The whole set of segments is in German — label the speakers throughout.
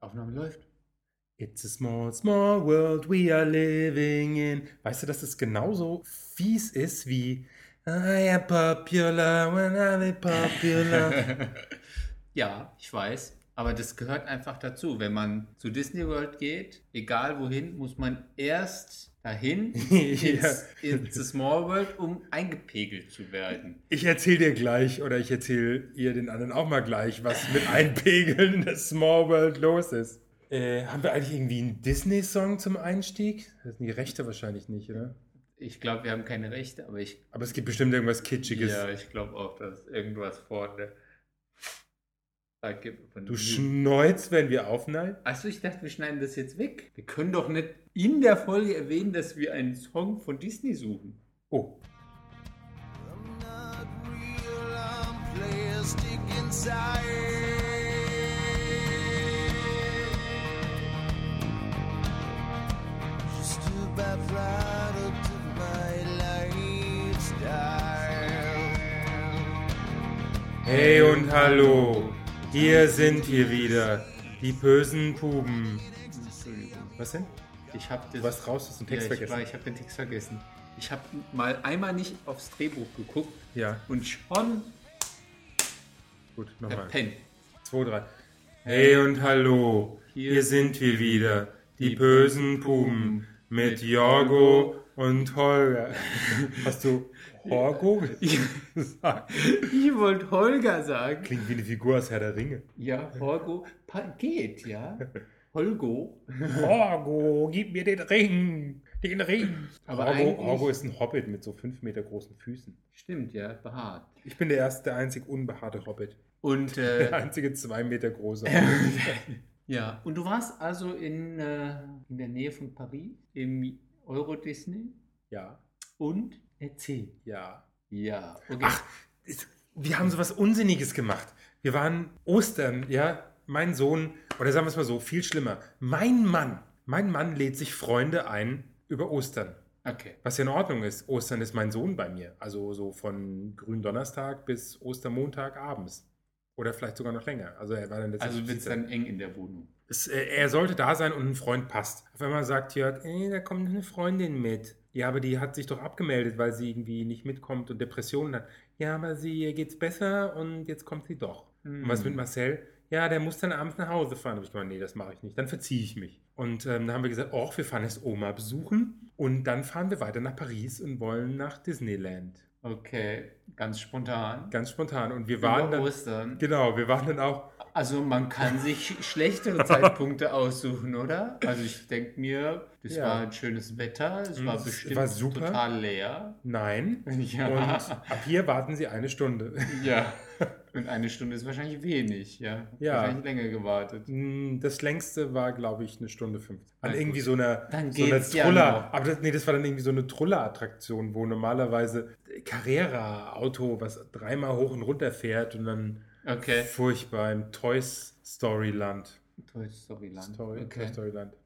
Speaker 1: Aufnahme läuft.
Speaker 2: It's a small, small world we are living in. Weißt du, dass es genauso fies ist wie I am popular when I'm popular.
Speaker 1: ja, ich weiß. Aber das gehört einfach dazu. Wenn man zu Disney World geht, egal wohin, muss man erst dahin ins, ins Small World, um eingepegelt zu werden.
Speaker 2: Ich erzähle dir gleich oder ich erzähle ihr den anderen auch mal gleich, was mit Einpegeln des Small World los ist. Äh, haben wir eigentlich irgendwie einen Disney-Song zum Einstieg? Das sind die Rechte wahrscheinlich nicht, oder?
Speaker 1: Ich glaube, wir haben keine Rechte, aber ich.
Speaker 2: Aber es gibt bestimmt irgendwas Kitschiges.
Speaker 1: Ja, ich glaube auch, dass irgendwas vorne. Da gibt- von-
Speaker 2: Du schneuzt, wenn wir aufnehmen?
Speaker 1: Achso, ich dachte, wir schneiden das jetzt weg. Wir können doch nicht in der Folge erwähnen, dass wir einen Song von Disney suchen.
Speaker 2: Oh,
Speaker 3: I'm not real, I'm plastic inside. Just about fried up to my lifestyle.
Speaker 2: Hey und hallo, hier sind wir wieder, die bösen Puben.
Speaker 1: Entschuldigung.
Speaker 2: Was denn?
Speaker 1: Ich habe das.
Speaker 2: Du warst raus, hast den Text
Speaker 1: ja, ich
Speaker 2: vergessen.
Speaker 1: war- Ich habe den Text vergessen. Ich habe mal einmal nicht aufs Drehbuch geguckt
Speaker 2: Ja,
Speaker 1: und schon
Speaker 2: gut, nochmal.
Speaker 1: verpennt.
Speaker 2: Zwei, drei. Hey und hallo, hier sind wir wieder, die bösen Puben, mit Jorgo und Holger. Hast du Horgo gesagt?
Speaker 1: Ich wollte Holger sagen.
Speaker 2: Klingt wie eine Figur aus Herr der Ringe.
Speaker 1: Ja, Holgo pa- geht, ja. Holgo.
Speaker 2: Horgo, gib mir den Ring, den Ring.
Speaker 1: Aber
Speaker 2: Horgo,
Speaker 1: eigentlich-
Speaker 2: Horgo ist ein Hobbit mit so fünf Meter großen Füßen.
Speaker 1: Stimmt, ja, behaart.
Speaker 2: Ich bin der erste, der einzig unbehaarte Hobbit.
Speaker 1: Und
Speaker 2: Der
Speaker 1: äh,
Speaker 2: einzige zwei Meter große Hobbit.
Speaker 1: ja, und du warst also in, äh, in der Nähe von Paris im Euro Disney
Speaker 2: Ja,
Speaker 1: und erzähl.
Speaker 2: ja.
Speaker 1: Ja, okay.
Speaker 2: Ach, es- wir haben sowas Unsinniges gemacht. Wir waren Ostern, ja, mein Sohn, oder sagen wir es mal so, viel schlimmer. Mein Mann, mein Mann lädt sich Freunde ein über Ostern.
Speaker 1: okay.
Speaker 2: Was ja in Ordnung ist. Ostern ist mein Sohn bei mir. Also so von Gründonnerstag bis Ostermontag abends. Oder vielleicht sogar noch länger. Also er war dann letztes
Speaker 1: Also wird es dann eng in der Wohnung.
Speaker 2: es, äh, Er sollte da sein und ein Freund passt. Auf einmal sagt Jörg, ey, da kommt noch eine Freundin mit. Ja, aber die hat sich doch abgemeldet, weil sie irgendwie nicht mitkommt und Depressionen hat. Ja, aber sie ihr geht's besser und jetzt kommt sie doch. Und
Speaker 1: Mhm.
Speaker 2: was mit Marcel? Ja, der muss dann abends nach Hause fahren. Da habe ich gemeint, nee, das mache ich nicht. Dann verziehe ich mich. Und ähm, dann haben wir gesagt, oh, wir fahren jetzt Oma besuchen. Und dann fahren wir weiter nach Paris und wollen nach Disneyland.
Speaker 1: Okay, ganz spontan.
Speaker 2: Ganz spontan. Und wir waren
Speaker 1: Über
Speaker 2: dann.
Speaker 1: Ostern.
Speaker 2: Genau, wir waren dann auch.
Speaker 1: Also man kann sich schlechtere Zeitpunkte aussuchen, oder? Also ich denke mir, das
Speaker 2: Ja. Mhm.
Speaker 1: war ein schönes Wetter, es war
Speaker 2: es
Speaker 1: bestimmt
Speaker 2: war super.
Speaker 1: total leer.
Speaker 2: Nein.
Speaker 1: Ja.
Speaker 2: Und ab hier warten sie eine Stunde.
Speaker 1: Ja. Und eine Stunde ist wahrscheinlich wenig, ja.
Speaker 2: Ja.
Speaker 1: Wahrscheinlich länger gewartet.
Speaker 2: Mm, Das längste war, glaube ich, eine Stunde 15. An
Speaker 1: Na
Speaker 2: irgendwie
Speaker 1: gut.
Speaker 2: so einer,
Speaker 1: Dann
Speaker 2: so einer
Speaker 1: geht's ja
Speaker 2: Truller.
Speaker 1: noch.
Speaker 2: Aber das, nee, das war dann irgendwie so eine Truller-Attraktion, wo normalerweise Carrera-Auto, was dreimal hoch und runter fährt und dann
Speaker 1: Okay.
Speaker 2: furchtbar im Toys Storyland.
Speaker 1: Toy Story Land.
Speaker 2: Story, Toy
Speaker 1: okay.
Speaker 2: Storyland.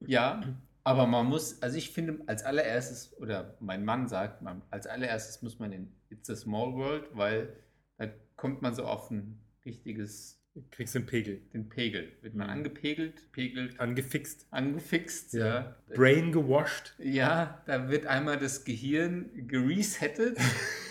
Speaker 1: Ja, aber man muss, also ich finde, als allererstes, oder mein Mann sagt, man, als allererstes muss man in It's a Small World, weil da kommt man so auf ein richtiges,
Speaker 2: Kriegst den Pegel.
Speaker 1: den Pegel. Wird man
Speaker 2: Mhm.
Speaker 1: angepegelt, pegelt,
Speaker 2: Angefixt.
Speaker 1: angefixt, ja.
Speaker 2: Brain gewashed.
Speaker 1: Ja, da wird einmal das Gehirn geresettet,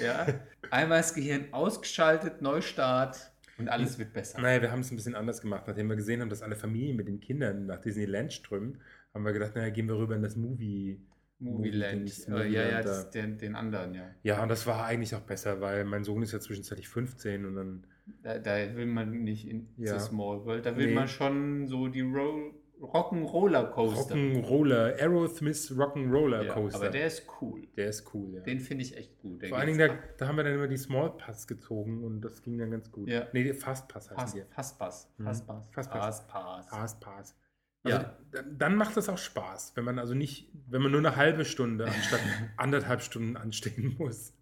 Speaker 1: ja. Einmal das Gehirn ausgeschaltet, Neustart und alles wird besser.
Speaker 2: Naja, wir haben es ein bisschen anders gemacht. Nachdem wir gesehen haben, dass alle Familien mit den Kindern nach Disneyland strömen, haben wir gedacht, naja, gehen wir rüber in das Movie.
Speaker 1: Movieland.
Speaker 2: Movie-Dings,
Speaker 1: Äh, ja, ja,
Speaker 2: Movieland,
Speaker 1: das,
Speaker 2: da.
Speaker 1: den, den anderen, ja.
Speaker 2: Ja, und das war eigentlich auch besser, weil mein Sohn ist ja zwischenzeitlich 15 und dann.
Speaker 1: Da, da will man nicht in
Speaker 2: Ja.
Speaker 1: The Small World, da will
Speaker 2: Nee.
Speaker 1: man schon so die Ro Rock'n'Roller Coaster.
Speaker 2: Rock'n'Roller, Aerosmith Rock'n'Roller
Speaker 1: ja,
Speaker 2: Coaster.
Speaker 1: aber der ist cool.
Speaker 2: Der ist cool, ja.
Speaker 1: Den finde ich echt gut. Der
Speaker 2: Vor allen Dingen,
Speaker 1: geht's
Speaker 2: da,
Speaker 1: ab.
Speaker 2: da haben wir dann immer die Small Pass gezogen und das ging dann ganz gut.
Speaker 1: Ja.
Speaker 2: Nee, die Fast Pass heißen
Speaker 1: Fast,
Speaker 2: die.
Speaker 1: fast Pass.
Speaker 2: Mhm.
Speaker 1: Fast Pass.
Speaker 2: Fast Pass.
Speaker 1: Fast Pass.
Speaker 2: Fast Pass. Also,
Speaker 1: Ja.
Speaker 2: d- Dann macht das auch Spaß, wenn man also nicht, wenn man nur eine halbe Stunde anstatt anderthalb Stunden anstehen muss.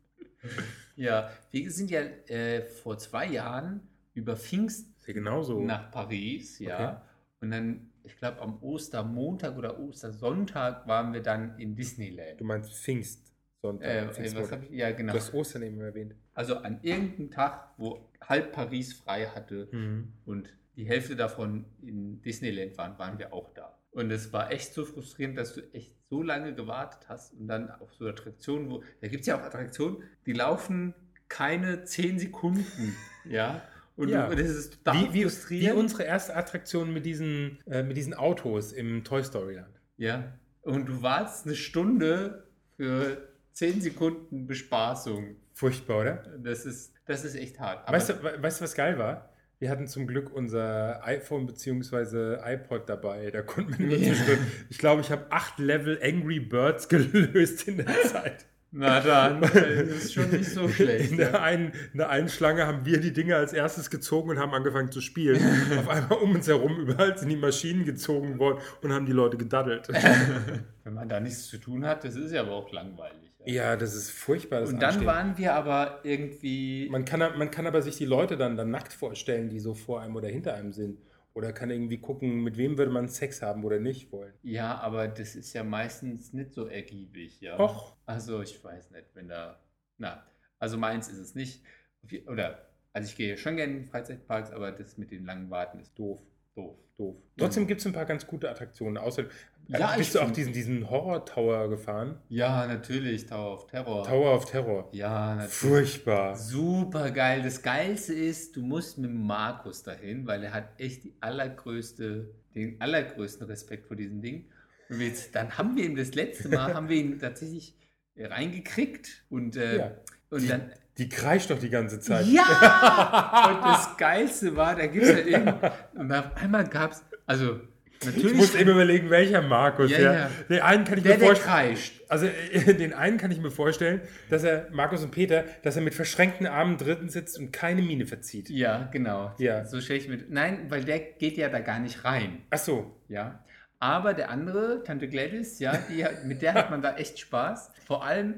Speaker 1: Ja, wir sind ja äh, vor zwei Jahren über Pfingsten
Speaker 2: Ist ja genauso.
Speaker 1: nach Paris, ja.
Speaker 2: Okay.
Speaker 1: Und dann, ich glaube, am Ostermontag oder Ostersonntag waren wir dann in Disneyland.
Speaker 2: Du meinst Pfingst, Sonntag.
Speaker 1: Äh, äh, was
Speaker 2: Pfingstmontag.
Speaker 1: hab ich? Ja, genau.
Speaker 2: Du hast Ostern eben erwähnt.
Speaker 1: Also an irgendeinem Tag, wo halb Paris frei hatte
Speaker 2: Mhm.
Speaker 1: und die Hälfte davon in Disneyland waren, waren wir auch da. Und es war echt so frustrierend, dass du echt so lange gewartet hast und dann auf so Attraktionen, wo, da gibt es ja auch Attraktionen, die laufen keine 10 Sekunden, ja. Und
Speaker 2: Ja.
Speaker 1: du- das ist total
Speaker 2: Wie, wie, wie
Speaker 1: frustrierend.
Speaker 2: unsere erste Attraktion mit diesen, äh, mit diesen Autos im Toy Story Land.
Speaker 1: Ja. Und du wartest eine Stunde für 10 Sekunden Bespaßung.
Speaker 2: Furchtbar, oder?
Speaker 1: Das ist, das ist echt hart. Aber
Speaker 2: Weißt du, we- weißt du, was geil war? Wir hatten zum Glück unser iPhone bzw. iPod dabei. Da konnten wir
Speaker 1: Ja.
Speaker 2: zwischendurch- Ich glaube, ich habe acht Level Angry Birds gelöst in der Zeit.
Speaker 1: na dann, das ist schon nicht so schlecht.
Speaker 2: In der,
Speaker 1: Ja.
Speaker 2: einen, in der einen Schlange haben wir die Dinge als erstes gezogen und haben angefangen zu spielen. Auf einmal um uns herum überall sind die Maschinen gezogen worden und haben die Leute gedaddelt.
Speaker 1: Wenn man da nichts zu tun hat, das ist ja aber auch langweilig. ja.
Speaker 2: Ja, das ist furchtbar. Das
Speaker 1: Und dann
Speaker 2: Anstehen.
Speaker 1: waren wir aber irgendwie.
Speaker 2: Man kann, man kann aber sich die Leute dann, dann nackt vorstellen, die so vor einem oder hinter einem sind. Oder kann irgendwie gucken, mit wem würde man Sex haben oder nicht wollen.
Speaker 1: Ja, aber das ist ja meistens nicht so ergiebig, ja.
Speaker 2: Och,
Speaker 1: Also ich weiß nicht, wenn da. Na, also meins ist es nicht. Auf je- Oder, also ich gehe schon gerne in Freizeitparks, aber das mit den langen Warten ist
Speaker 2: doof,
Speaker 1: doof.
Speaker 2: doof. Trotzdem
Speaker 1: Ja.
Speaker 2: gibt es ein paar ganz gute Attraktionen. Außer,
Speaker 1: Ja,
Speaker 2: äh, bist
Speaker 1: ich
Speaker 2: du auch
Speaker 1: find-
Speaker 2: diesen, diesen Horror Tower gefahren?
Speaker 1: Ja, natürlich, Tower of Terror.
Speaker 2: Tower of Terror.
Speaker 1: Ja, natürlich.
Speaker 2: Furchtbar.
Speaker 1: Super geil. Das Geilste ist, du musst mit Markus dahin, weil er hat echt die allergrößte, den allergrößten Respekt vor diesem Ding. Und wir jetzt, dann haben wir ihm das letzte Mal, haben wir ihn tatsächlich äh, reingekriegt und, äh,
Speaker 2: Ja.
Speaker 1: und dann.
Speaker 2: Die kreischt doch die ganze Zeit.
Speaker 1: Ja! Und das Geilste war, da gibt es halt irgend. Und auf einmal gab es, also
Speaker 2: Ich
Speaker 1: natürlich
Speaker 2: muss eben überlegen, welcher Markus.
Speaker 1: Ja,
Speaker 2: Ja,
Speaker 1: ja.
Speaker 2: Den einen kann ich
Speaker 1: der,
Speaker 2: mir
Speaker 1: der
Speaker 2: vorstellen.
Speaker 1: kreischt.
Speaker 2: Also äh, den einen kann ich mir vorstellen, dass er, Markus und Peter, dass er mit verschränkten Armen dritten sitzt und keine Miene verzieht.
Speaker 1: Ja, genau.
Speaker 2: Ja.
Speaker 1: So stelle ich mit. Nein, weil der geht ja da gar nicht rein.
Speaker 2: Ach so,
Speaker 1: Ja. Aber der andere, Tante Gladys, ja, die, hat- mit der hat man da echt Spaß. Vor allem,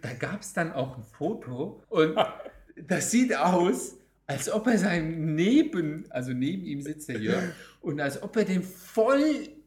Speaker 1: da gab es dann auch ein Foto und das sieht aus, als ob er seinem Neben, also neben ihm sitzt der Jörg, und als ob er dem voll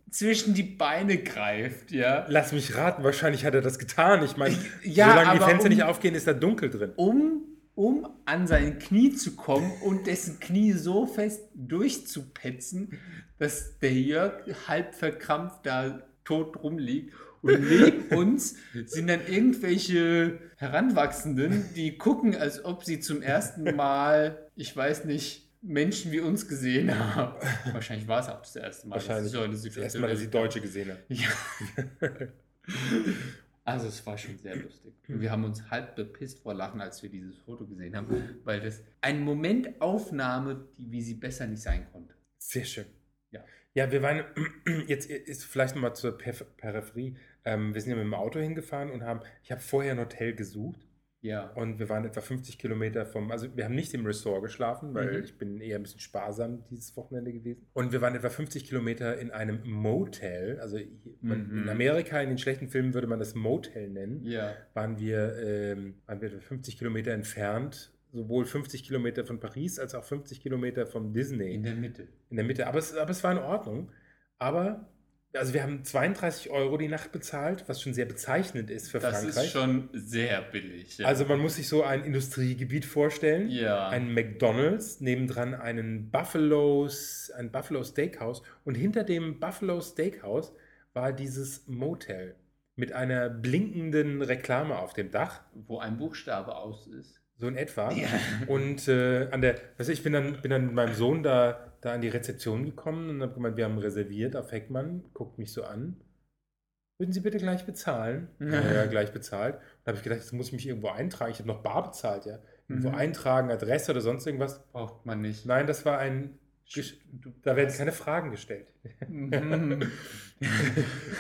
Speaker 1: zwischen die Beine greift, ja.
Speaker 2: lass mich raten, wahrscheinlich hat er das getan. Ich meine,
Speaker 1: Ja,
Speaker 2: solange die
Speaker 1: aber
Speaker 2: Fenster
Speaker 1: um-
Speaker 2: nicht aufgehen, ist da dunkel drin.
Speaker 1: Um, um an sein Knie zu kommen und dessen Knie so fest durchzupetzen, dass der Jörg halb verkrampft da tot rumliegt. Und neben uns sind dann irgendwelche Heranwachsenden, die gucken, als ob sie zum ersten Mal, ich weiß nicht, Menschen wie uns gesehen haben. Wahrscheinlich war es auch das erste Mal. dass
Speaker 2: Wahrscheinlich.
Speaker 1: so eine
Speaker 2: Das erste
Speaker 1: Situation Also
Speaker 2: Mal, dass ich Deutsche gesehen habe.
Speaker 1: ja. Also es war schon sehr lustig.
Speaker 2: Mhm.
Speaker 1: Und wir haben uns halb bepisst vor Lachen, als wir dieses Foto gesehen haben, weil das ein Moment Aufnahme, die, wie sie besser nicht sein konnte.
Speaker 2: Sehr schön.
Speaker 1: Ja.
Speaker 2: ja, wir waren, jetzt ist vielleicht nochmal zur Perf- Peripherie. Ähm, wir sind ja mit dem Auto hingefahren und haben, ich habe vorher ein Hotel gesucht
Speaker 1: Ja.
Speaker 2: Und wir waren etwa 50 Kilometer vom, also wir haben nicht im Ressort geschlafen, weil
Speaker 1: Mhm.
Speaker 2: ich bin eher ein bisschen sparsam dieses Wochenende gewesen. Und wir waren etwa 50 Kilometer in einem Motel, also hier- man,
Speaker 1: Mhm.
Speaker 2: in Amerika in den schlechten Filmen würde man das Motel nennen,
Speaker 1: Ja.
Speaker 2: waren, wir, ähm, waren wir etwa 50 Kilometer entfernt, sowohl 50 Kilometer von Paris als auch 50 Kilometer vom Disney
Speaker 1: In der Mitte.
Speaker 2: in der Mitte. Aber es, aber es war in Ordnung. Aber, also wir haben 32 Euro die Nacht bezahlt, was schon sehr bezeichnend ist für
Speaker 1: Das
Speaker 2: Frankreich.
Speaker 1: ist schon sehr billig. Ja.
Speaker 2: Also man muss sich so ein Industriegebiet vorstellen.
Speaker 1: ja.
Speaker 2: Ein McDonald's, nebendran einen Buffalo's, ein Buffalo Steakhouse und hinter dem Buffalo Steakhouse war dieses Motel mit einer blinkenden Reklame auf dem Dach,
Speaker 1: wo ein Buchstabe aus ist.
Speaker 2: so in etwa.
Speaker 1: Ja.
Speaker 2: Und äh, an der, also ich bin dann, bin dann mit meinem Sohn da, da an die Rezeption gekommen und habe gemeint, wir haben reserviert auf Heckmann, guckt mich so an. Würden Sie bitte gleich bezahlen? Ja, ja gleich bezahlt. Und da habe ich gedacht, jetzt muss ich mich irgendwo eintragen. Ich habe noch bar bezahlt, ja. Irgendwo
Speaker 1: Mhm.
Speaker 2: eintragen, Adresse oder sonst irgendwas.
Speaker 1: Braucht man nicht.
Speaker 2: Nein, das war ein. Gesch- Da werden keine Fragen gestellt.
Speaker 1: Mhm.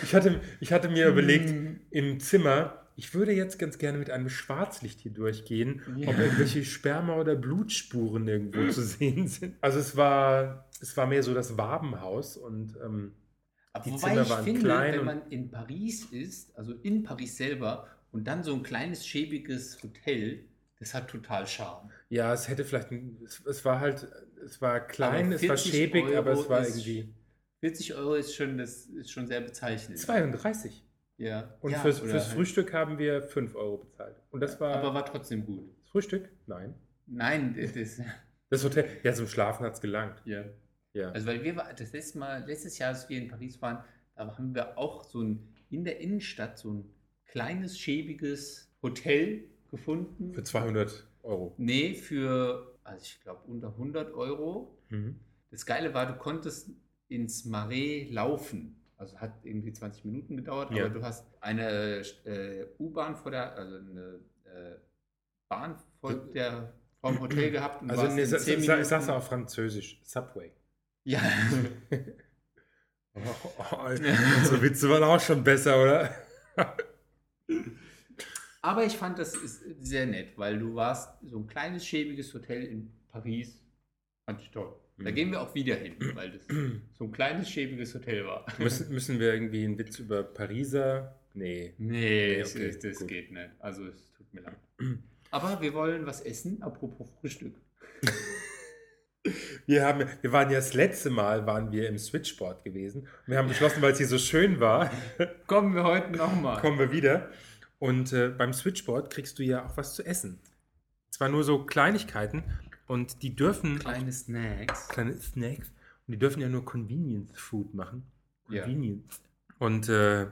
Speaker 2: Ich hatte, ich hatte mir überlegt, im Zimmer, ich würde jetzt ganz gerne mit einem Schwarzlicht hier durchgehen,
Speaker 1: Ja.
Speaker 2: ob irgendwelche Sperma- oder Blutspuren irgendwo zu sehen sind. Also es war, es war mehr so das Wabenhaus und ähm,
Speaker 1: Aber
Speaker 2: Die
Speaker 1: Wobei
Speaker 2: Zimmer
Speaker 1: ich
Speaker 2: waren
Speaker 1: finde,
Speaker 2: klein
Speaker 1: wenn
Speaker 2: und-
Speaker 1: man in Paris ist, also in Paris selber, und dann so ein kleines, schäbiges Hotel, das hat total Charme.
Speaker 2: ja, es hätte vielleicht, ein, es, es war halt, es war klein,
Speaker 1: Aber
Speaker 2: es war
Speaker 1: 40
Speaker 2: schäbig, aber
Speaker 1: Euro
Speaker 2: es war
Speaker 1: ist-
Speaker 2: irgendwie
Speaker 1: 40 Euro ist schon, das ist schon sehr bezeichnend.
Speaker 2: 32.
Speaker 1: Ja.
Speaker 2: Und
Speaker 1: ja,
Speaker 2: fürs,
Speaker 1: oder
Speaker 2: fürs
Speaker 1: halt-
Speaker 2: Frühstück haben wir 5 Euro bezahlt. Und das war
Speaker 1: Aber war trotzdem gut.
Speaker 2: das Frühstück? Nein.
Speaker 1: Nein, das,
Speaker 2: Das Hotel, ja, zum Schlafen hat es gelangt.
Speaker 1: Ja.
Speaker 2: Ja.
Speaker 1: Also weil wir war- das letzte Mal, letztes Jahr, als wir in Paris waren, da haben wir auch so ein in der Innenstadt so ein kleines, schäbiges Hotel gefunden.
Speaker 2: Für 200 Euro.
Speaker 1: nee, für, also ich glaube, unter 100 Euro.
Speaker 2: Mhm.
Speaker 1: Das Geile war, du konntest ins Marais laufen. Also hat irgendwie 20 Minuten gedauert,
Speaker 2: Ja.
Speaker 1: aber du hast eine äh, U-Bahn vor der, also eine äh, Bahn vor der vom Hotel gehabt und
Speaker 2: Äh, Also,
Speaker 1: warst
Speaker 2: nee,
Speaker 1: in
Speaker 2: sa,
Speaker 1: 10
Speaker 2: sa, ich sag's
Speaker 1: Minuten-
Speaker 2: auf Französisch: Subway.
Speaker 1: Ja.
Speaker 2: Oh, oh, unsere Witze waren auch schon besser, oder?
Speaker 1: Aber ich fand das ist sehr nett, weil du warst so ein kleines schäbiges Hotel in Paris. Fand ich toll. Da
Speaker 2: Mhm.
Speaker 1: gehen wir auch wieder hin, weil das so ein kleines schäbiges Hotel war.
Speaker 2: müssen, müssen wir irgendwie einen Witz über Pariser? Nee.
Speaker 1: Nee,
Speaker 2: Nee,
Speaker 1: das-
Speaker 2: okay,
Speaker 1: das
Speaker 2: gut.
Speaker 1: geht nicht. Also es tut mir leid. Aber wir wollen was essen, apropos Frühstück.
Speaker 2: Wir, haben, wir waren ja das letzte Mal waren wir im Switchboard gewesen. Und wir haben beschlossen, weil es hier so schön war,
Speaker 1: Kommen wir heute nochmal.
Speaker 2: kommen wir wieder. Und äh, beim Switchboard kriegst du ja auch was zu essen. Zwar nur so Kleinigkeiten und die dürfen
Speaker 1: Kleine Snacks.
Speaker 2: kleine Snacks und die dürfen ja nur Convenience Food machen.
Speaker 1: Ja.
Speaker 2: Convenience. Und äh,
Speaker 1: Ich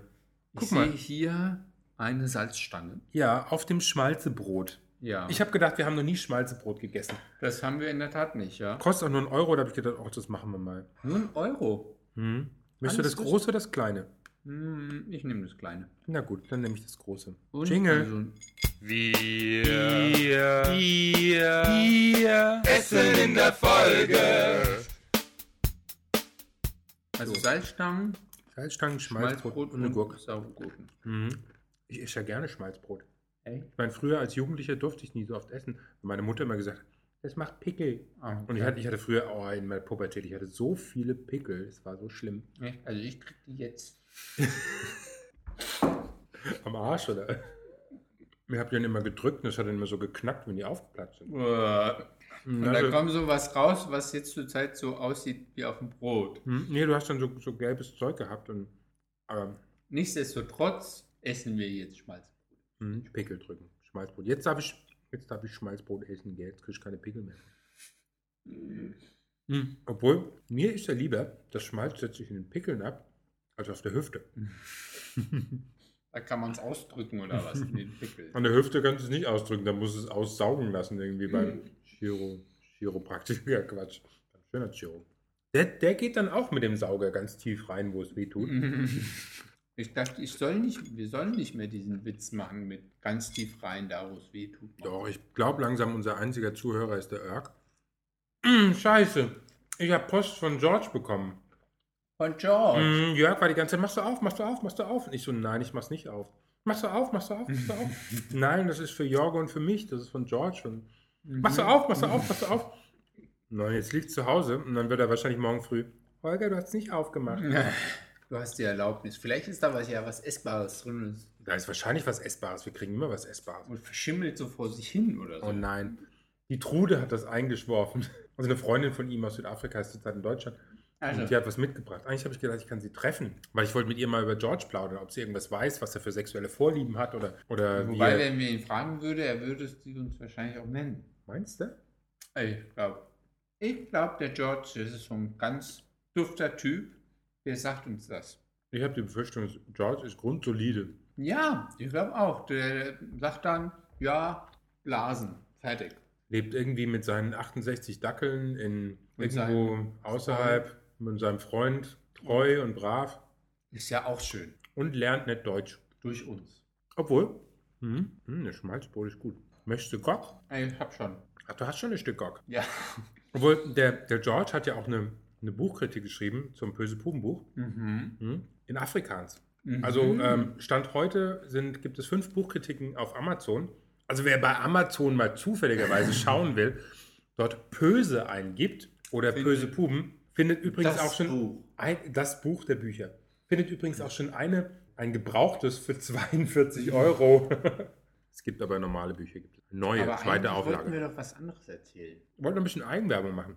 Speaker 2: guck
Speaker 1: sehe
Speaker 2: mal,
Speaker 1: hier eine Salzstange.
Speaker 2: ja, auf dem Schmalzebrot.
Speaker 1: Ja.
Speaker 2: Ich habe gedacht, wir haben noch nie Schmalzebrot gegessen.
Speaker 1: das haben wir in der Tat nicht, ja.
Speaker 2: Kostet auch nur einen Euro, da habe ich gedacht, oh, das machen wir mal.
Speaker 1: Nur ein Euro.
Speaker 2: Hm. Willst du
Speaker 1: Alles
Speaker 2: das
Speaker 1: gut.
Speaker 2: große oder das kleine?
Speaker 1: Hm, ich nehme das kleine.
Speaker 2: Na gut, dann nehme ich das große.
Speaker 1: Und
Speaker 2: Jingle.
Speaker 1: also ein
Speaker 2: eh,
Speaker 3: Essen in der Folge.
Speaker 1: Also Salzstangen,
Speaker 2: Salzstangen, Schmalzbrot,
Speaker 1: Schmalzbrot
Speaker 2: und eine Gurke.
Speaker 1: saure Gurken.
Speaker 2: Mhm. Ich esse ja gerne Schmalzbrot.
Speaker 1: Echt?
Speaker 2: Ich meine, früher als Jugendlicher durfte ich nie so oft essen, weil meine Mutter immer gesagt hat, das macht Pickel.
Speaker 1: Ah, okay.
Speaker 2: Und ich hatte, ich hatte früher, oh, in meiner Pubertät, ich hatte so viele Pickel, es war so schlimm.
Speaker 1: Echt? Also ich krieg die jetzt.
Speaker 2: Am Arsch, oder? Mir habt ihr dann immer gedrückt und es hat dann immer so geknackt, wenn die aufgeplatzt sind. Also,
Speaker 1: Und
Speaker 2: Und
Speaker 1: da kommt so was raus, was jetzt zurzeit so aussieht wie auf dem Brot.
Speaker 2: Hm? nee, du hast dann so, so gelbes Zeug gehabt und ähm,
Speaker 1: Nichtsdestotrotz essen wir jetzt Schmalzbrot.
Speaker 2: hm, Pickel drücken. Schmalzbrot. Jetzt darf ich, jetzt darf ich Schmalzbrot essen, gell? jetzt krieg ich keine Pickel mehr. Hm, Obwohl, mir ist ja lieber, das Schmalz setzt sich in den Pickeln ab, als auf der Hüfte.
Speaker 1: Da kann man es ausdrücken oder was in den Pickel.
Speaker 2: An der Hüfte kannst du es nicht ausdrücken, dann musst du es aussaugen lassen, irgendwie beim Chiro, Chiropraktiker. Quatsch. Beim schöner Chiro. Der, der geht dann auch mit dem Sauger ganz tief rein, wo es weh tut.
Speaker 1: Mhm. Ich dachte, ich soll nicht, wir sollen nicht mehr diesen Witz machen mit ganz tief rein, da wo es weh tut.
Speaker 2: Doch, ich glaube langsam, unser einziger Zuhörer ist der Erk. Mm, scheiße, ich habe Post von George bekommen.
Speaker 1: Von George.
Speaker 2: Mm, Jörg war die ganze Zeit, machst du auf, machst du auf, machst du auf. Und ich so, nein, ich mach's nicht auf. Machst du auf, machst du auf, machst du auf. nein, das ist für Jorge und für mich, das ist von George. Und machst du auf, machst du auf, machst du auf. Mhm. Nein, jetzt liegt zu Hause und dann wird er wahrscheinlich morgen früh, Holger, du hast nicht aufgemacht.
Speaker 1: Du hast die Erlaubnis. Vielleicht ist da was ja was Essbares drin
Speaker 2: Da ist wahrscheinlich was Essbares, wir kriegen immer was Essbares.
Speaker 1: und verschimmelt so vor sich hin oder so.
Speaker 2: Oh nein. Die Trude hat das eingeschworfen. Also eine Freundin von ihm aus Südafrika ist zurzeit in Deutschland.
Speaker 1: Also.
Speaker 2: Und die hat was mitgebracht. Eigentlich habe ich gedacht, ich kann sie treffen, weil ich wollte mit ihr mal über George plaudern, ob sie irgendwas weiß, was er für sexuelle Vorlieben hat oder, oder wie
Speaker 1: Wobei,
Speaker 2: er-
Speaker 1: wenn wir ihn fragen würde, er würde sie uns wahrscheinlich auch nennen.
Speaker 2: Meinst du?
Speaker 1: Ich glaube, ich glaub, der George das ist so ein ganz dufter Typ. Der sagt uns das.
Speaker 2: Ich habe die Befürchtung, George ist grundsolide.
Speaker 1: Ja, ich glaube auch. Der sagt dann, ja, Blasen, fertig.
Speaker 2: Lebt irgendwie mit seinen 68 Dackeln in
Speaker 1: Mit
Speaker 2: irgendwo außerhalb, mit seinem Freund, treu und brav
Speaker 1: Ist ja auch schön.
Speaker 2: und lernt nicht Deutsch.
Speaker 1: Durch uns.
Speaker 2: Obwohl, hm, hm, der Schmalzbrot ist gut. Möchtest du Gock?
Speaker 1: Ey, Ich hab schon.
Speaker 2: Ach, du hast schon ein Stück Gock.
Speaker 1: Ja.
Speaker 2: Obwohl, der, der George hat ja auch eine, eine Buchkritik geschrieben zum Böse Bubenbuch
Speaker 1: Mhm.
Speaker 2: hm, in Afrikaans.
Speaker 1: Mhm.
Speaker 2: Also ähm, Stand heute sind, gibt es fünf Buchkritiken auf Amazon. Also wer bei Amazon mal zufälligerweise schauen will, dort Pöse eingibt oder
Speaker 1: Findet-
Speaker 2: Pöse Puben, findet übrigens
Speaker 1: Das
Speaker 2: auch schon
Speaker 1: Buch.
Speaker 2: Ein, das Buch der Bücher. Findet übrigens auch schon eine, ein gebrauchtes für 42
Speaker 1: Mhm.
Speaker 2: Euro. es gibt aber normale Bücher, gibt es. Neue,
Speaker 1: Aber
Speaker 2: Oh zweite
Speaker 1: eigentlich wollten wir
Speaker 2: Auflage.
Speaker 1: doch was anderes erzählen.
Speaker 2: Ich wollte noch ein bisschen Eigenwerbung machen.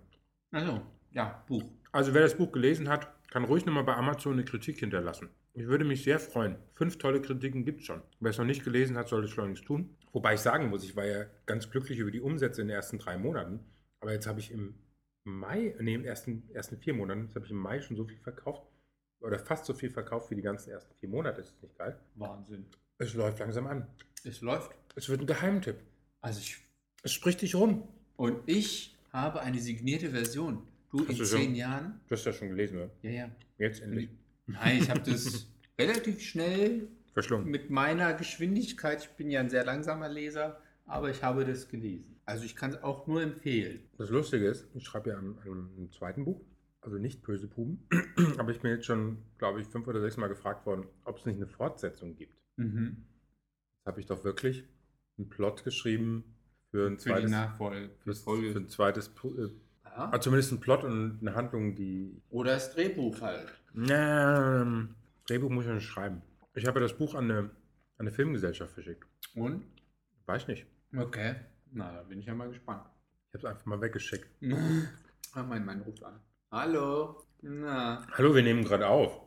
Speaker 1: Also, ja, Buch.
Speaker 2: Also wer das Buch gelesen hat, kann ruhig nochmal bei Amazon eine Kritik hinterlassen. Ich würde mich sehr freuen. Fünf tolle Kritiken gibt es schon. Wer es noch nicht gelesen hat, sollte es schleunigst tun. Wobei ich sagen muss, ich war ja ganz glücklich über die Umsätze in den ersten drei Monaten. Aber jetzt habe ich im Mai, nee, im ersten, ersten vier Monaten, jetzt habe ich im Mai schon so viel verkauft oder fast so viel verkauft wie die ganzen ersten vier Monate. Das ist nicht geil.
Speaker 1: Wahnsinn.
Speaker 2: Es läuft langsam an.
Speaker 1: Es läuft.
Speaker 2: Es wird ein Geheimtipp.
Speaker 1: Also ich.
Speaker 2: Es spricht dich rum.
Speaker 1: Und ich habe eine signierte Version. Du
Speaker 2: Hast
Speaker 1: in
Speaker 2: du schon?
Speaker 1: zehn Jahren?
Speaker 2: Du hast das schon gelesen, oder?
Speaker 1: Ja, ja.
Speaker 2: Jetzt endlich.
Speaker 1: Nein, ich habe das relativ schnell
Speaker 2: Verschlungen.
Speaker 1: mit meiner Geschwindigkeit. Ich bin ja ein sehr langsamer Leser, aber ich habe das gelesen. Also ich kann es auch nur empfehlen.
Speaker 2: Das Lustige ist, ich schreibe ja an, an einem zweiten Buch, also nicht Böse Puben, aber ich bin jetzt schon, glaube ich, fünf oder sechs Mal gefragt worden, ob es nicht eine Fortsetzung gibt.
Speaker 1: Mhm.
Speaker 2: Jetzt habe ich doch wirklich einen Plot geschrieben für ein
Speaker 1: Für die
Speaker 2: zweites,
Speaker 1: Nachfolge.
Speaker 2: für,
Speaker 1: die Folge.
Speaker 2: für ein zweites Pu- äh,
Speaker 1: Ja.
Speaker 2: ah, zumindest einen Plot und eine Handlung, die
Speaker 1: Oder das Drehbuch halt.
Speaker 2: Ähm, Drehbuch muss ich noch nicht schreiben. Ich habe ja das Buch an eine, an eine Filmgesellschaft verschickt.
Speaker 1: Und?
Speaker 2: Weiß nicht.
Speaker 1: Okay. Na, da bin ich ja mal gespannt.
Speaker 2: Ich habe es einfach mal weggeschickt.
Speaker 1: ah, mein Mann ruft an. Hallo. Na,
Speaker 2: Hallo, wir nehmen gerade auf.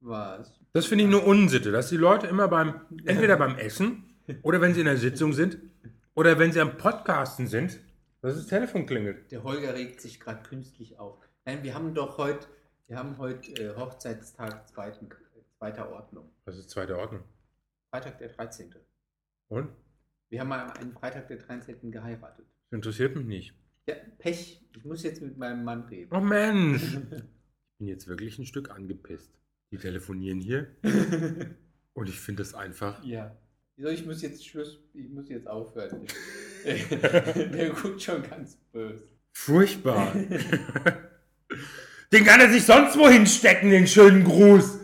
Speaker 1: was?
Speaker 2: Das finde ich eine Unsitte, dass die Leute immer beim, entweder beim Essen oder wenn sie in der Sitzung sind oder wenn sie am Podcasten sind, dass das Telefon klingelt.
Speaker 1: Der Holger regt sich gerade künstlich auf. Nein, wir haben doch heute, wir haben heute äh, Hochzeitstag zweiten, zweiter Ordnung.
Speaker 2: Das ist zweite Ordnung.
Speaker 1: Freitag der 13.
Speaker 2: Und?
Speaker 1: Wir haben mal einen Freitag der 13. geheiratet.
Speaker 2: Das interessiert mich nicht.
Speaker 1: Ja, Pech, ich muss jetzt mit meinem Mann reden.
Speaker 2: Oh Mensch! Ich bin jetzt wirklich ein Stück angepisst. Die telefonieren hier und ich finde das einfach.
Speaker 1: ja. Wieso, ich muss jetzt Schluss, ich muss jetzt aufhören. Der guckt schon ganz böse.
Speaker 2: Furchtbar. den kann er sich sonst wo hinstecken, den schönen Gruß.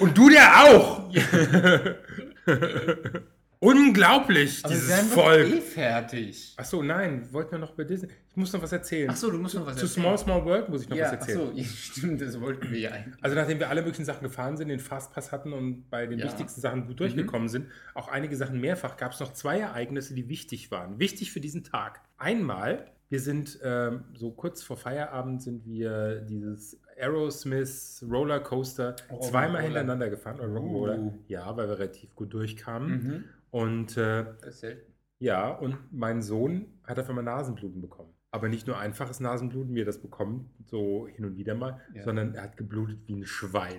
Speaker 2: Und du der auch. Unglaublich, dieses Volk.
Speaker 1: eh fertig.
Speaker 2: Achso, nein, wollten wir noch bei Disney. Ich muss noch was erzählen.
Speaker 1: Achso, du musst noch was
Speaker 2: Zu Small Small World muss ich noch
Speaker 1: ja,
Speaker 2: was erzählen.
Speaker 1: Achso, ja, stimmt, das wollten wir ja eigentlich.
Speaker 2: Also nachdem wir alle möglichen Sachen gefahren sind, den Fastpass hatten und bei den
Speaker 1: Ja. Mhm.
Speaker 2: wichtigsten Sachen gut durchgekommen sind, auch einige Sachen mehrfach, gab es noch zwei Ereignisse, die wichtig waren. Wichtig für diesen Tag. Einmal, wir sind ähm, so kurz vor Feierabend sind wir dieses Aerosmith Rollercoaster
Speaker 1: Rock'n'Roller.
Speaker 2: zweimal hintereinander gefahren. Oder Rock'n'Roller.
Speaker 1: Uh.
Speaker 2: Ja, weil wir relativ gut durchkamen.
Speaker 1: Hm?
Speaker 2: Und äh,
Speaker 1: Mhm. Das ist selten.
Speaker 2: ja, und mein Sohn hat auf einmal Nasenbluten bekommen. Aber nicht nur einfaches Nasenbluten, wie er das bekommt, so hin und wieder mal,
Speaker 1: Ja.
Speaker 2: sondern er hat geblutet wie ein Schwein.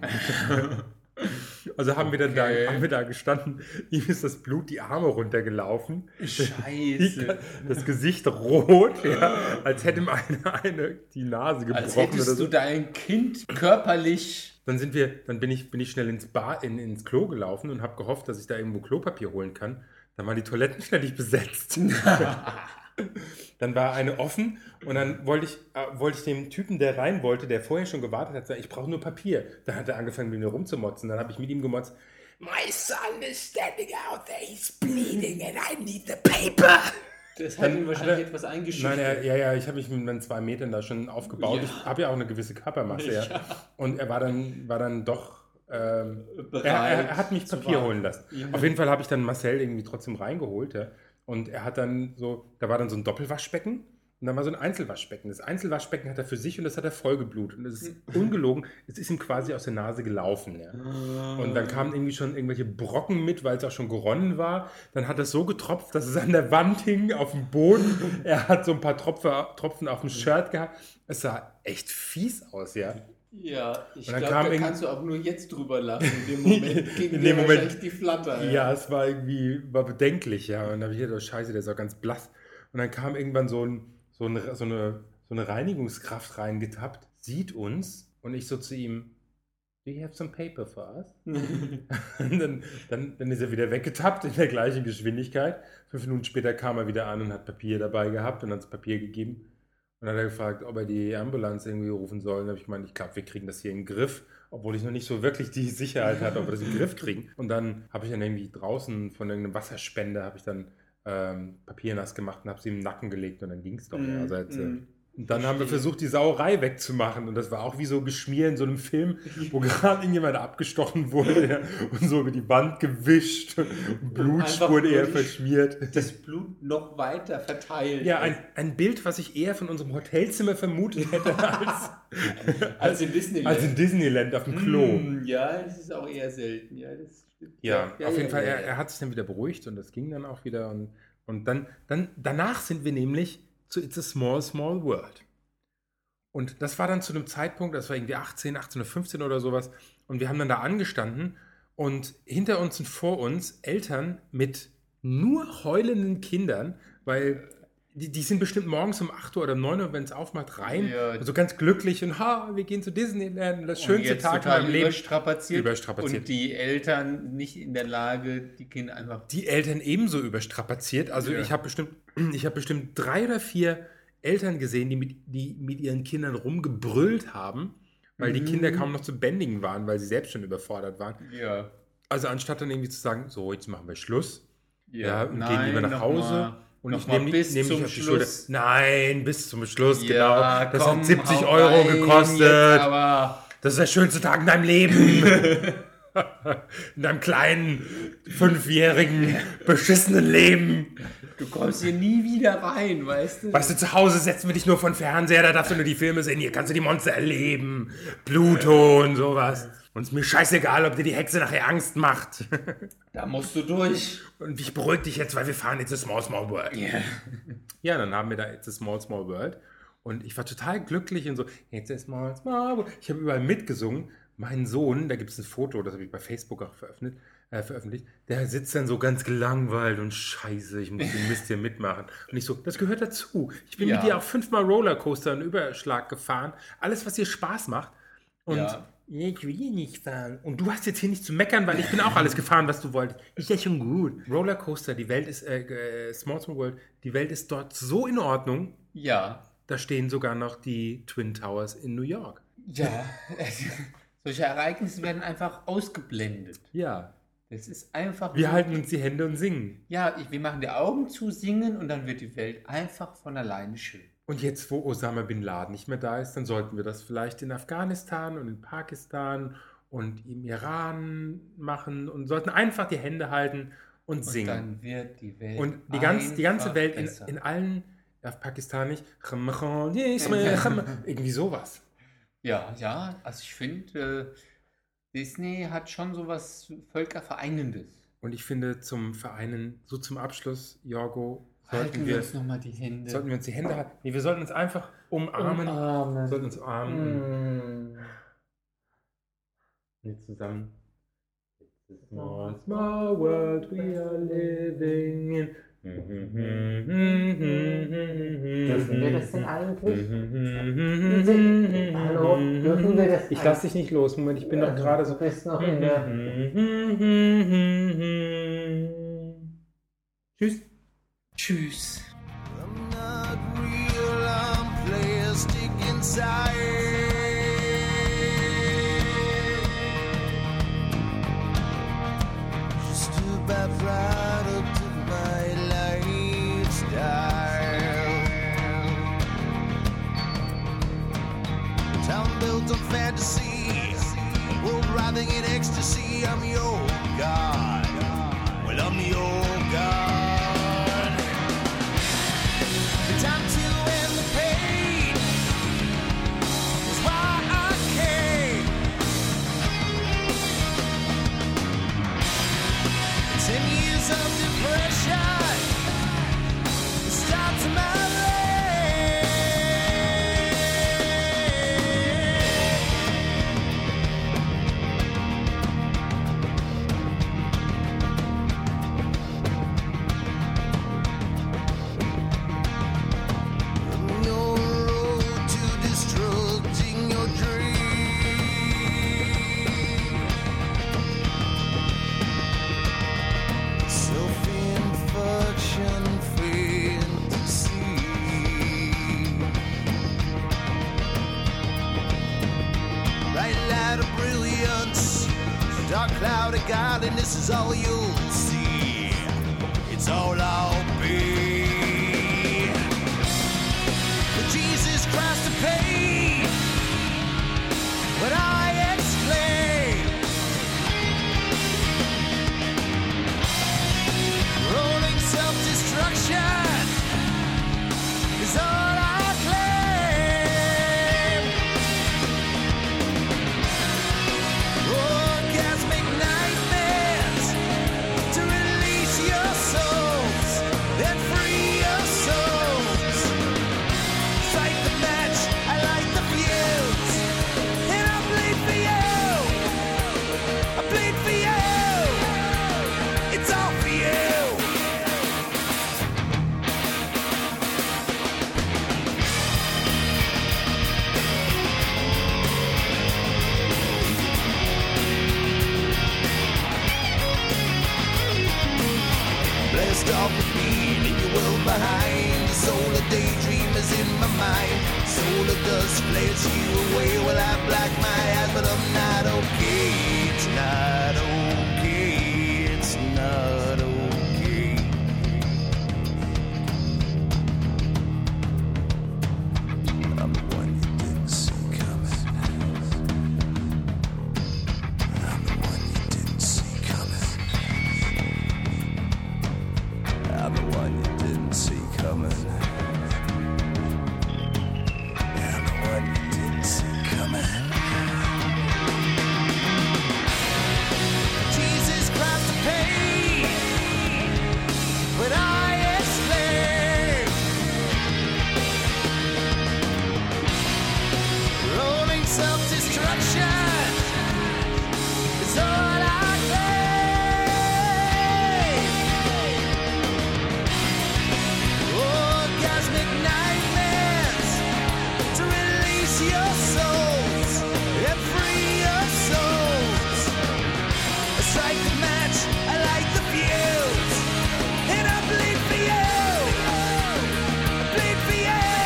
Speaker 2: also haben, wir dann da,
Speaker 1: Okay.
Speaker 2: haben wir da gestanden, ihm ist das Blut die Arme runtergelaufen,
Speaker 1: Scheiße.
Speaker 2: das Gesicht rot, ja, als hätte ihm einer eine die Nase gebrochen
Speaker 1: Als hättest
Speaker 2: oder so.
Speaker 1: du dein Kind körperlich.
Speaker 2: Dann sind wir, dann bin ich, bin ich schnell ins Bar, in, ins Klo gelaufen und habe gehofft, dass ich da irgendwo Klopapier holen kann. Dann waren die Toiletten ständig besetzt. dann war eine offen und dann wollte ich, äh, wollte ich dem Typen, der rein wollte, der vorher schon gewartet hat, sagen, ich brauche nur Papier. Dann hat er angefangen, mit mir rumzumotzen. Dann habe ich mit ihm gemotzt. My son is standing out there, he's bleeding and I need the paper.
Speaker 1: Das
Speaker 2: hat ihn wahrscheinlich
Speaker 1: etwas
Speaker 2: Nein, er,
Speaker 1: eingeschüchtert.
Speaker 2: ja, ja, ich habe mich mit meinen zwei Metern da schon aufgebaut.
Speaker 1: Ja.
Speaker 2: Ich habe ja auch eine gewisse Körpermasse. Ja. Und er war dann, war dann doch. Ähm,
Speaker 1: Bereit
Speaker 2: er, er, er hat mich
Speaker 1: zu
Speaker 2: Papier
Speaker 1: warten.
Speaker 2: holen lassen.
Speaker 1: Ja.
Speaker 2: Auf jeden Fall habe ich dann Marcel irgendwie trotzdem reingeholt. Ja. Und er hat dann so, da war dann so ein Doppelwaschbecken und dann war so ein Einzelwaschbecken. Das Einzelwaschbecken hat er für sich und das hat er vollgeblutet. Und das ist ungelogen, es ist ihm quasi aus der Nase gelaufen. Ja.
Speaker 1: Ah.
Speaker 2: Und dann kamen irgendwie schon irgendwelche Brocken mit, weil es auch schon geronnen war. Dann hat es so getropft, dass es an der Wand hing, auf dem Boden. Er hat so ein paar Tropfe, Tropfen auf dem Shirt gehabt. Es sah echt fies aus, ja.
Speaker 1: Ja, ich
Speaker 2: Und dann
Speaker 1: glaube,
Speaker 2: kam
Speaker 1: da
Speaker 2: irgend-
Speaker 1: kannst du auch nur jetzt drüber lachen. In dem Moment ging
Speaker 2: In
Speaker 1: dir
Speaker 2: dem Moment-
Speaker 1: wahrscheinlich die Flatter.
Speaker 2: Ja, es war irgendwie, war bedenklich, ja. Und da habe ich gedacht, oh scheiße, der ist auch ganz blass. Und dann kam irgendwann so, ein, so, ein, so, eine, so eine Reinigungskraft reingetappt, sieht uns und ich so zu ihm, do you have some paper for us? Und dann, dann, dann ist er wieder weggetappt in der gleichen Geschwindigkeit. Fünf Minuten später kam er wieder an und hat Papier dabei gehabt und hat das Papier gegeben. Und dann hat er gefragt, ob er die Ambulanz irgendwie rufen soll. Und da habe ich gemeint, ich glaube, wir kriegen das hier in den Griff. Obwohl ich noch nicht so wirklich die Sicherheit hatte, ob wir das in den Griff kriegen. Und dann habe ich dann irgendwie draußen von irgendeinem Wasserspender habe ich dann ähm, Papier nass gemacht und habe sie im Nacken gelegt und dann ging es doch.
Speaker 1: Mm,
Speaker 2: ja. also jetzt, äh,
Speaker 1: mm.
Speaker 2: und dann haben wir
Speaker 1: Verstehe.
Speaker 2: versucht, die Sauerei wegzumachen. Und das war auch wie so Geschmier in so einem Film, wo gerade irgendjemand abgestochen wurde ja, und so über die Wand gewischt. Und Blutspuren
Speaker 1: einfach
Speaker 2: eher
Speaker 1: nur die-
Speaker 2: verschmiert.
Speaker 1: Das Blut noch weiter verteilt.
Speaker 2: Ja, ein, ein Bild, was ich eher von unserem Hotelzimmer vermutet hätte als,
Speaker 1: als in Disneyland.
Speaker 2: als in Disneyland auf dem Klo.
Speaker 1: Mm, Ja, das ist auch eher selten. Ja, das stimmt.
Speaker 2: Ja, auf jeden Fall,
Speaker 1: ja,
Speaker 2: Er, er hat sich dann wieder beruhigt und das ging dann auch wieder. Und, und dann, dann, danach sind wir nämlich zu It's a Small, Small World. Und das war dann zu einem Zeitpunkt, das war irgendwie 18, 18 oder 15 oder sowas. Und wir haben dann da angestanden und hinter uns und vor uns Eltern mit nur heulenden Kindern, weil die, die sind bestimmt morgens um 8 Uhr oder um 9 Uhr, wenn es aufmacht, rein.
Speaker 1: Ja.
Speaker 2: Und so ganz glücklich und ha, wir gehen zu Disneyland, das
Speaker 1: und
Speaker 2: schönste
Speaker 1: jetzt
Speaker 2: Tag in
Speaker 1: total
Speaker 2: meinem Leben.
Speaker 1: Überstrapaziert,
Speaker 2: Überstrapaziert.
Speaker 1: Und die Eltern nicht in der Lage, die Kinder einfach.
Speaker 2: die Eltern ebenso überstrapaziert. Also
Speaker 1: Ja.
Speaker 2: ich habe bestimmt, ich habe bestimmt drei oder vier Eltern gesehen, die mit, die mit ihren Kindern rumgebrüllt haben, weil die
Speaker 1: Mhm.
Speaker 2: Kinder kaum noch zu bändigen waren, weil sie selbst schon überfordert waren.
Speaker 1: Ja.
Speaker 2: Also anstatt dann irgendwie zu sagen, so jetzt machen wir Schluss, ja, und gehen
Speaker 1: Nein,
Speaker 2: lieber nach
Speaker 1: noch
Speaker 2: Hause.
Speaker 1: mal.
Speaker 2: Und
Speaker 1: Noch
Speaker 2: ich
Speaker 1: mal
Speaker 2: nehme
Speaker 1: bis
Speaker 2: dich nehm dich
Speaker 1: zum
Speaker 2: auf die Schulter.
Speaker 1: Schluss.
Speaker 2: Nein, bis zum Schluss,
Speaker 1: Ja,
Speaker 2: genau. Das
Speaker 1: komm,
Speaker 2: hat 70
Speaker 1: hau
Speaker 2: Euro
Speaker 1: rein
Speaker 2: gekostet.
Speaker 1: Jetzt aber.
Speaker 2: Das ist der schönste Tag in deinem Leben. in deinem kleinen, fünfjährigen, beschissenen Leben.
Speaker 1: Du kommst hier nie wieder rein, weißt du?
Speaker 2: Weißt du, zu Hause setzen wir dich nur von Fernseher, da darfst du nur die Filme sehen, hier kannst du die Monster erleben, Pluto und sowas. Und ist mir scheißegal, ob dir die Hexe nachher Angst macht.
Speaker 1: Da musst du durch.
Speaker 2: Und ich beruhig dich jetzt, weil wir fahren jetzt in Small Small World. Ja, dann haben wir da It's a Small Small World. Und ich war total glücklich und so, It's a Small Small World. Ich habe überall mitgesungen. Mein Sohn, da gibt es ein Foto, das habe ich bei Facebook auch veröffentlicht, äh, veröffentlicht, der sitzt dann so ganz gelangweilt und scheiße, ich muss den Mist hier mitmachen. Und ich so, das gehört dazu. Ich bin
Speaker 1: Ja.
Speaker 2: mit dir auch fünfmal Rollercoaster und Überschlag gefahren. Alles, was dir Spaß macht. Und
Speaker 1: Ja.
Speaker 2: ich will hier nicht fahren. Und du hast jetzt hier nicht zu meckern, weil ich bin auch alles gefahren, was du wolltest. Ist ja schon gut. Rollercoaster, die Welt ist, äh, äh, Small Small World, die Welt ist dort so in Ordnung,
Speaker 1: Ja.
Speaker 2: da stehen sogar noch die Twin Towers in New York.
Speaker 1: Ja. Solche Ereignisse werden einfach ausgeblendet.
Speaker 2: Ja.
Speaker 1: Das ist einfach.
Speaker 2: Wir
Speaker 1: so-
Speaker 2: halten uns die Hände und singen.
Speaker 1: Ja, ich, wir machen die Augen zu, singen und dann wird die Welt einfach von alleine schön.
Speaker 2: Und jetzt, wo Osama Bin Laden nicht mehr da ist, dann sollten wir das vielleicht in Afghanistan und in Pakistan und im Iran machen und sollten einfach die Hände halten und
Speaker 1: Und
Speaker 2: singen.
Speaker 1: dann wird die Welt.
Speaker 2: Und die, ganz, die ganze
Speaker 1: einfach
Speaker 2: Welt in,
Speaker 1: besser.
Speaker 2: in allen, auf Pakistanisch, irgendwie sowas.
Speaker 1: Ja, ja, also ich finde, äh, Disney hat schon sowas Völkervereinendes.
Speaker 2: Und ich finde, zum Vereinen, so zum Abschluss, Jorgo,
Speaker 1: Halten
Speaker 2: sollten
Speaker 1: wir
Speaker 2: wir,
Speaker 1: uns nochmal die Hände.
Speaker 2: sollten wir uns die Hände halten. Nee, wir sollten uns einfach umarmen.
Speaker 1: Umarmen.
Speaker 2: Sollten uns umarmen.
Speaker 1: Mm.
Speaker 2: Und jetzt zusammen. It's a small, small world we are living in. Mhm.
Speaker 4: Dürfen wir das denn eigentlich?
Speaker 2: Hallo,
Speaker 4: dürfen wir das
Speaker 2: Ich lass dich nicht los, Moment, ich bin doch gerade so. Mhm.
Speaker 4: Du bist Also, noch in der.
Speaker 2: Tschüss.
Speaker 1: Tschüss.
Speaker 3: I'm not real, I'm plastic inside. Just about product of my lifestyle. Town built on fantasy, world writhing in ecstasy. I'm your god. Well, I'm your god. The time to end the pain is why I came. Ten years of depression stopped my leg. Your road to destructing your dream. Self-infection, fantasy. Bright light of brilliance, dark cloud of godliness is all you'll see. It's all I'll be. But Jesus Christ to pay. But I exclaim, rolling self-destruction is all I claim. Orgasmic nightmares to release your souls, then free. you away. Well, I black my eyes, but I'm not okay. It's not okay. It's not okay. I'm the one you didn't see coming. I'm the one you didn't see coming. I'm the one you didn't see coming. I'm the one you didn't see coming. Jesus Christ, the pain when I exclaim, rolling self-destruction is all I claim. Oh, cosmic nightmares to release your souls and free your souls. Strike the match, I light the fuse, and I bleed for you. I bleed for you.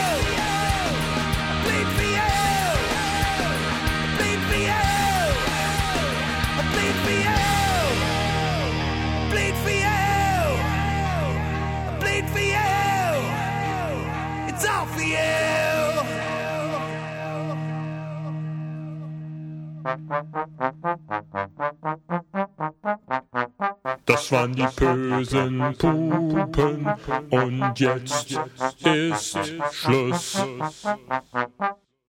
Speaker 3: I bleed for you. I bleed for you. I bleed for you. I bleed for you. I bleed for you. It's all for you.
Speaker 5: Das waren die bösen Pupen und jetzt ist Schluss.